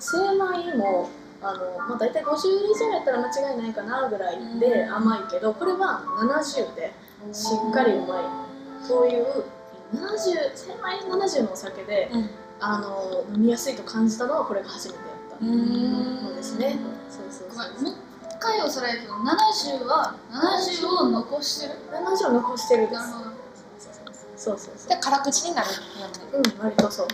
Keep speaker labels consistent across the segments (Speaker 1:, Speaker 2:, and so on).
Speaker 1: 精米もあの、まあ、大体50類以上やったら間違いないかなぐらいで
Speaker 2: うん
Speaker 1: 甘いけど、これは70でしっかりうまいそういう70精米70のお酒で
Speaker 2: うん
Speaker 1: あの飲みやすいと感じたのはこれが初めてやった
Speaker 2: うん
Speaker 1: そうですねそうそう
Speaker 2: ご
Speaker 1: そう
Speaker 2: めんもう一回おさらいだけど70は70を残してる
Speaker 1: 70を残してるんです
Speaker 2: なるほど
Speaker 1: そうそうそう
Speaker 3: で辛口になるよね
Speaker 1: うん割とそう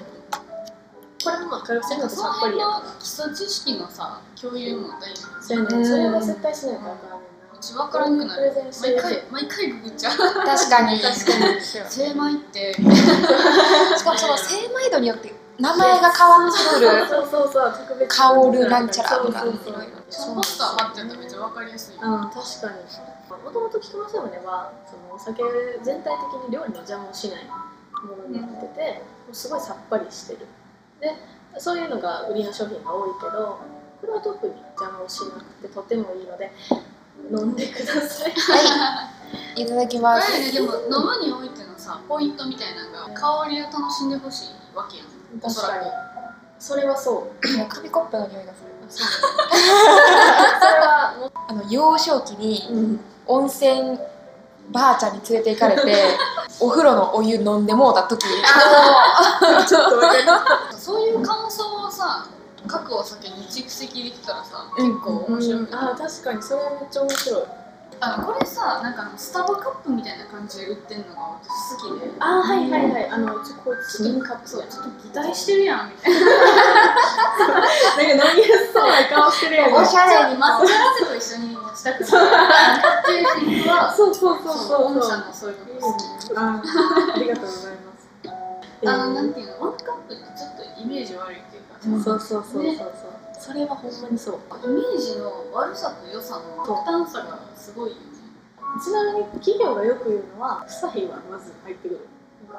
Speaker 1: これもまあ軽くせん
Speaker 2: なん
Speaker 1: か
Speaker 2: か
Speaker 1: と
Speaker 2: そ
Speaker 1: さ
Speaker 2: の
Speaker 1: っぱり
Speaker 2: 辺
Speaker 1: や
Speaker 2: の基礎知識のさ共有も大事
Speaker 1: そうやねそれは絶対しないとあかんねんな
Speaker 2: うち分からんくな
Speaker 1: プ
Speaker 2: る
Speaker 1: レゼンして
Speaker 2: 毎回毎回ググっちゃう
Speaker 3: 確かに
Speaker 2: 確
Speaker 3: かに
Speaker 2: 精米って
Speaker 3: しかもその精米度によって名前が変わってくる
Speaker 1: そうそうそう特別
Speaker 3: 香るなんちゃらとか
Speaker 1: そうそうそう
Speaker 2: ショーポスター貼ってたらめっちゃ分かりやすい
Speaker 1: うん、確かにもともと菊間宗宗はそのお酒全体的に料理の邪魔をしないものになってて、すごいさっぱりしてるでそういうのが売りの商品が多いけどこれは特に邪魔をしなくてとてもいいので飲んでください
Speaker 3: はいいただき
Speaker 2: あ
Speaker 3: ま
Speaker 2: れ
Speaker 3: す
Speaker 2: やねでも飲むにおいてのさポイントみたいなのが香りを楽しんでほしいわけやん
Speaker 1: 確かにそれはそう
Speaker 3: もう紙コップの匂いがする
Speaker 1: そうそれはも
Speaker 3: あの幼少期に
Speaker 1: う、うん、
Speaker 3: 温泉ばあちゃんに連れて行かれてお風呂のお湯飲んでもうた時
Speaker 1: ちょっとわかる
Speaker 2: そういう感想をさ各お酒に蓄積できたらさ
Speaker 3: うん
Speaker 2: 結構面白い、
Speaker 1: うん、あー確かにそれはめっちゃ面白い
Speaker 2: あのこれさなんかあのスタバカップみたいな感じで売ってんのが私好きで
Speaker 1: あーはいはいはいあのちょこうちょっとカップ
Speaker 2: そう
Speaker 1: や
Speaker 2: ちょっと擬態してるやんみたいな
Speaker 1: なんか飲みやすそうな顔してるやん。
Speaker 3: おしゃれに
Speaker 2: 抹茶ラテと一緒にしたくないっていう品質は
Speaker 1: そうそうそうそう。
Speaker 2: 御社のそういうのが好き
Speaker 1: あありがとうございます。
Speaker 2: あのなんていうのワンカップってちょっとイメージ悪いっていうかさ、
Speaker 1: そうそうそうそうそう、
Speaker 2: ね
Speaker 1: それはほんまにそう。
Speaker 2: イメージの悪さと良さの極端さがすごいよね
Speaker 1: ちなみに企業がよく言うのは、臭いはまず入ってくる。な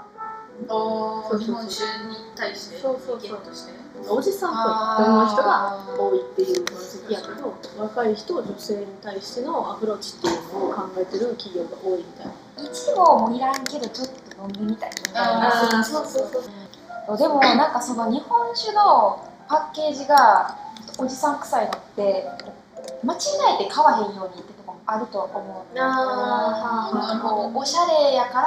Speaker 1: んか
Speaker 2: お
Speaker 1: そうそうそう
Speaker 2: 日本酒に対して
Speaker 1: そうそうそう
Speaker 2: 意見として
Speaker 1: おじさんっぽい。女の人が多いっていう感じやけど、若い人、女性に対してのアプローチっていうのを考えてる企業が多いみたいな。
Speaker 3: 一応もいらんけどちょっと飲んでみたいみたい
Speaker 2: あ
Speaker 3: な
Speaker 2: ー
Speaker 1: そうそうそう。
Speaker 3: でもなんかその日本酒のパッケージがおじさん臭いのって間違えて買わへんようにってとこもあると思う
Speaker 1: あー
Speaker 3: なんかこうおしゃれやか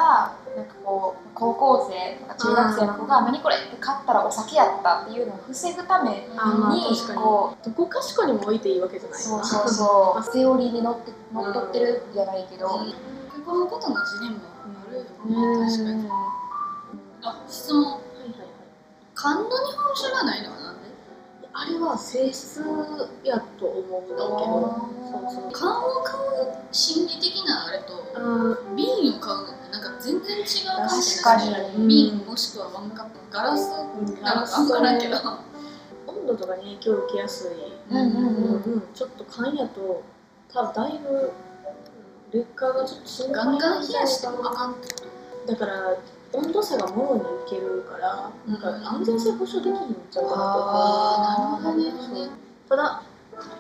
Speaker 3: らなんかこう高校生とか中学生の子が「何これ!」って買ったらお酒やったっていうのを防ぐために
Speaker 1: あまあ確かに
Speaker 3: こう
Speaker 1: どこかしこにも置いていいわけじゃない
Speaker 3: そうそうそうセオリーにのって乗っ取ってるじゃないけど、
Speaker 2: うん結婚のことのジレンマあるよね確かに
Speaker 3: うん
Speaker 2: あ質問
Speaker 1: はいはいはい。
Speaker 2: 感度日本酒がないのはなんで
Speaker 1: あれは性質やと思うんだけど、そうそう。
Speaker 2: 缶を買う心理的なあれと
Speaker 1: あ
Speaker 2: 瓶を買うのってなんか全然違う感じ
Speaker 3: 確
Speaker 2: が
Speaker 3: か
Speaker 2: す
Speaker 3: に
Speaker 2: る
Speaker 1: に
Speaker 2: 瓶もしくはワンカップガラスなのか分からんけど
Speaker 1: 温度とかに影響を受けやすい、
Speaker 3: うんうん
Speaker 1: うん
Speaker 3: うん
Speaker 1: うん、ちょっと缶やと、ただだいぶ劣化がちょっと心
Speaker 2: ガ
Speaker 1: 配
Speaker 2: ン
Speaker 1: にな
Speaker 2: ガン冷やしてもあかんって
Speaker 1: だから温度差がもろに受けるから、なんか安全性保証できひんちゃうかな
Speaker 3: あ
Speaker 1: と
Speaker 3: ーな
Speaker 1: 思う。
Speaker 3: る
Speaker 2: ほどね
Speaker 1: そうただ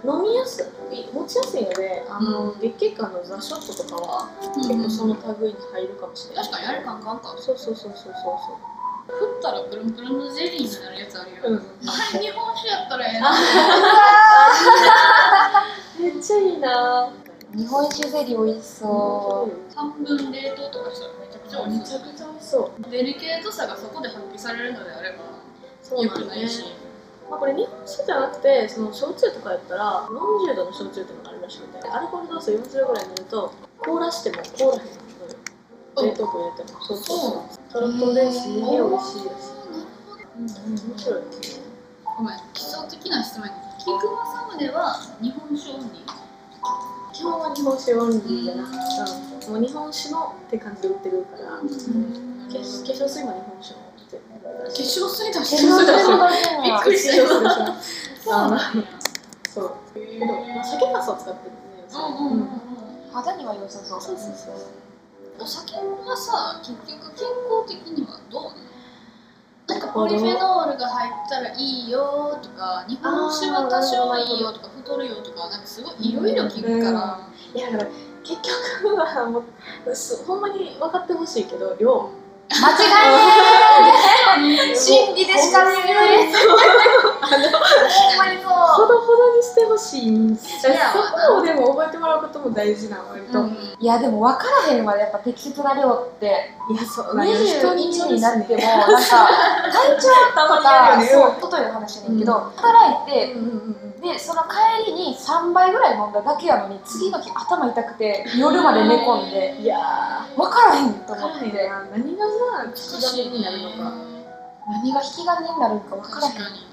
Speaker 1: 飲みやすい持ちやすいので、あの、
Speaker 2: うん
Speaker 1: 月経感のザショットとかは結構その類に入るかもしれない。
Speaker 2: 確かにあれカンカンか
Speaker 1: そうそうそうそうそうそう。
Speaker 2: 食ったらプルンプルンのゼリーになるやつあるよ、
Speaker 1: うん、
Speaker 2: あれ日本酒やったらええな
Speaker 1: めっちゃいいな
Speaker 3: 日本酒ゼリー美味しそう、
Speaker 2: 半分冷凍とかしたらめちゃくちゃ美
Speaker 1: め
Speaker 2: 味
Speaker 1: ち
Speaker 2: し
Speaker 1: ゃ
Speaker 2: い
Speaker 1: くちゃ美味しそう
Speaker 2: デリケートさがそこで発揮されるのであれば
Speaker 1: そう
Speaker 2: よ
Speaker 1: な
Speaker 2: く
Speaker 1: んだ
Speaker 2: な
Speaker 1: ね
Speaker 2: いし、
Speaker 1: まあ、これ日本酒じゃなくてその焼酎とかやったら40度の焼酎っていうのがあるらしくてアルコール度数40ぐらいになると凍らしても凍らへんの
Speaker 2: あ
Speaker 1: よ冷凍庫入れてもそう
Speaker 2: そうな
Speaker 1: そうトロトですげえ美味しいです面白い
Speaker 2: ごめん基礎的な質問やけど菊間サムでは日本酒オンリー
Speaker 1: 基本は日本酒オンリーじゃなくて、もう日本酒のって感じで売ってるから、化化粧水も日本酒のって
Speaker 2: 化粧水だ
Speaker 3: 化
Speaker 2: し
Speaker 3: 粧水
Speaker 2: だ
Speaker 3: の
Speaker 2: びっ
Speaker 3: ね
Speaker 2: くりした
Speaker 1: 化粧水でしょ
Speaker 2: そうなんや
Speaker 1: そう。けど、まあ、酒粕を使ってるね。
Speaker 2: うんうんうんうん
Speaker 3: 肌には良さそう
Speaker 1: そうそうそう。
Speaker 2: お酒はさ結局健康的にはどうなのなんかポリフェノールが入ったらいいよとか日本酒は多少はいいよとか太るよとかなんかすごいいろいろ聞くから、
Speaker 1: いや、だから、結局は、もう、すほんまに分かってほしいけど、量。
Speaker 3: 間違いね真理でしかねえほんまに
Speaker 1: ほ
Speaker 3: そう
Speaker 1: どほどにしてほしいんです
Speaker 2: そうやわな
Speaker 1: そこをでも覚えてもらうことも大事なの割と、
Speaker 2: うん
Speaker 3: いやでも分からへんまでやっぱ適切な量って
Speaker 1: いやそうなんよ人に
Speaker 3: 21
Speaker 1: よ
Speaker 3: に
Speaker 1: るし
Speaker 3: なっても
Speaker 1: ね
Speaker 3: なんか体調
Speaker 1: た
Speaker 3: と
Speaker 1: まに
Speaker 3: か
Speaker 1: ある
Speaker 3: そ
Speaker 1: よ
Speaker 3: う外への話やねんけど、働いて
Speaker 1: うんうんうん
Speaker 3: でその帰りに3杯ぐらい飲んだだけやのに次の日頭痛くて夜まで寝込んで
Speaker 1: うんいや
Speaker 3: 分からへん
Speaker 1: ー
Speaker 3: と思
Speaker 1: わか
Speaker 3: っ
Speaker 1: んない
Speaker 3: て
Speaker 1: な何がさ口がになるのか
Speaker 3: 何が引き金になるのか分からへ
Speaker 2: 確
Speaker 3: ん
Speaker 2: かに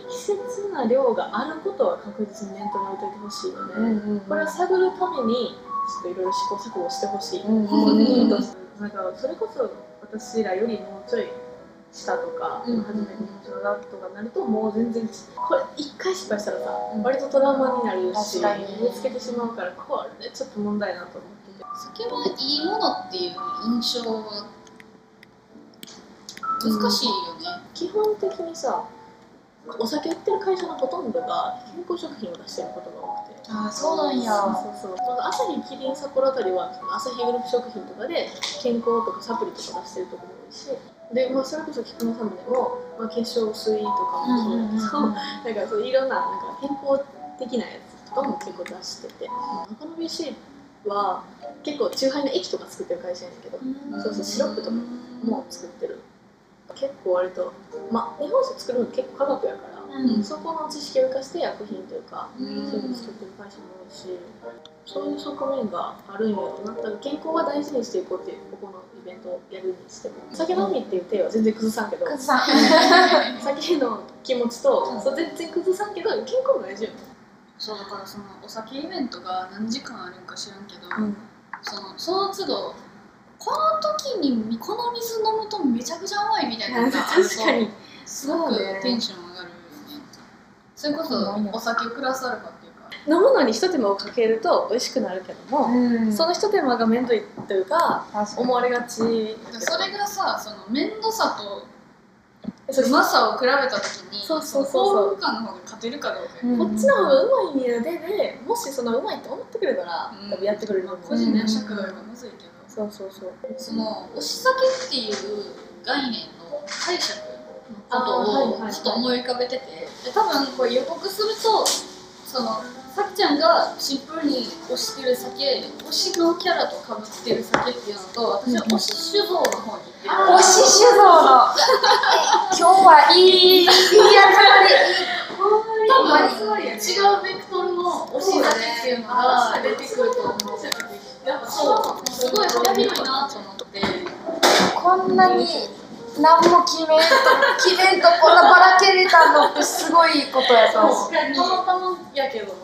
Speaker 1: 適切な量があることは確実に念頭に置いておいてほしいよね、
Speaker 3: うん
Speaker 1: これを探るためにちょっといろいろ試行錯誤してほしい、
Speaker 3: うんうん
Speaker 1: 本
Speaker 3: うん
Speaker 1: 人としてなんかそれこそ私らよりもうちょい下とか、
Speaker 2: うん
Speaker 1: 初めての人だとかなるともう全然これ一回失敗したらさ、
Speaker 3: うん
Speaker 1: 割とトラウマになるし
Speaker 3: 確かに
Speaker 1: 見つけてしまうからこれちょっと問題なと思ってて
Speaker 2: 酒はいいものっていう印象は難しいよね、
Speaker 1: 基本的にさお酒売ってる会社のほとんどが健康食品を出してることが多くて
Speaker 3: ああそうなんや
Speaker 1: そうそうそうそのアサヒキリン札幌あたりはそのアサヒグループ食品とかで健康とかサプリとか出してるところも多いしで、まあ、それこそ菊野さんでも、まあ、化粧水とかもそうだけど、なんかそういろんななんか健康的なやつとかも結構出してて中野 BC は結構酎ハイの液とか作ってる会社やねんけどそうそうシロップとかもう作ってる結構割とまあ日本酒作るの結構科学やから、
Speaker 2: うん
Speaker 1: そこの知識を生かして薬品というか
Speaker 2: う
Speaker 1: そういうの作っ
Speaker 2: ん
Speaker 1: てる会社も多いし、そういう側面があるんやろうなだから健康は大事にしていこうっていうここのイベントをやるにしても酒飲みっていう手は全然崩さんけど、
Speaker 3: カズさん
Speaker 1: 酒への気持ちと、
Speaker 3: うん
Speaker 1: そう全然崩さんけど健康が大事よね、
Speaker 2: そうだからそのお酒イベントが何時間あるんか知らんけど、
Speaker 1: ん、
Speaker 2: そのその都度この時にこの水飲むとめちゃくちゃ甘いみたいなのがあると
Speaker 1: 確かに
Speaker 2: す
Speaker 3: そ
Speaker 2: ご
Speaker 3: うね
Speaker 2: くテンション上がるよねそれこそお酒プラスアルファっていうか
Speaker 1: 飲むのに一手間をかけると美味しくなるけども、
Speaker 3: うん
Speaker 1: その一手間が面倒いというか思われがち
Speaker 2: だからそれがさその面倒さと
Speaker 1: そう
Speaker 2: うまさを比べた時に
Speaker 1: そうそうそうそう
Speaker 2: の幸福感の方が勝てるかどうか
Speaker 3: うん
Speaker 1: こっちの方がうまいんやででもしそのうまいって思ってくれたら、
Speaker 2: うん
Speaker 1: 多分やってくれると思う、
Speaker 2: 個人の社会がむずいけど、
Speaker 1: そうそうそう
Speaker 2: その推し酒っていう概念の解釈のことをちょっと思い浮かべててで多分これ予告するとそのさきちゃんがシンプルに推してる酒推しのキャラとかぶってる酒っていうのと私は推し酒造の方に行ってる
Speaker 3: 推し酒造の今日はいいいいやつ
Speaker 2: 多分違うベクトルの推し酒っていうのが出てくると思うやっぱそうすごい幅広いなと思って
Speaker 3: こんなに何も決めんと決めんとこんなばらけれたのってすごいことやと思う
Speaker 2: たまたまやけど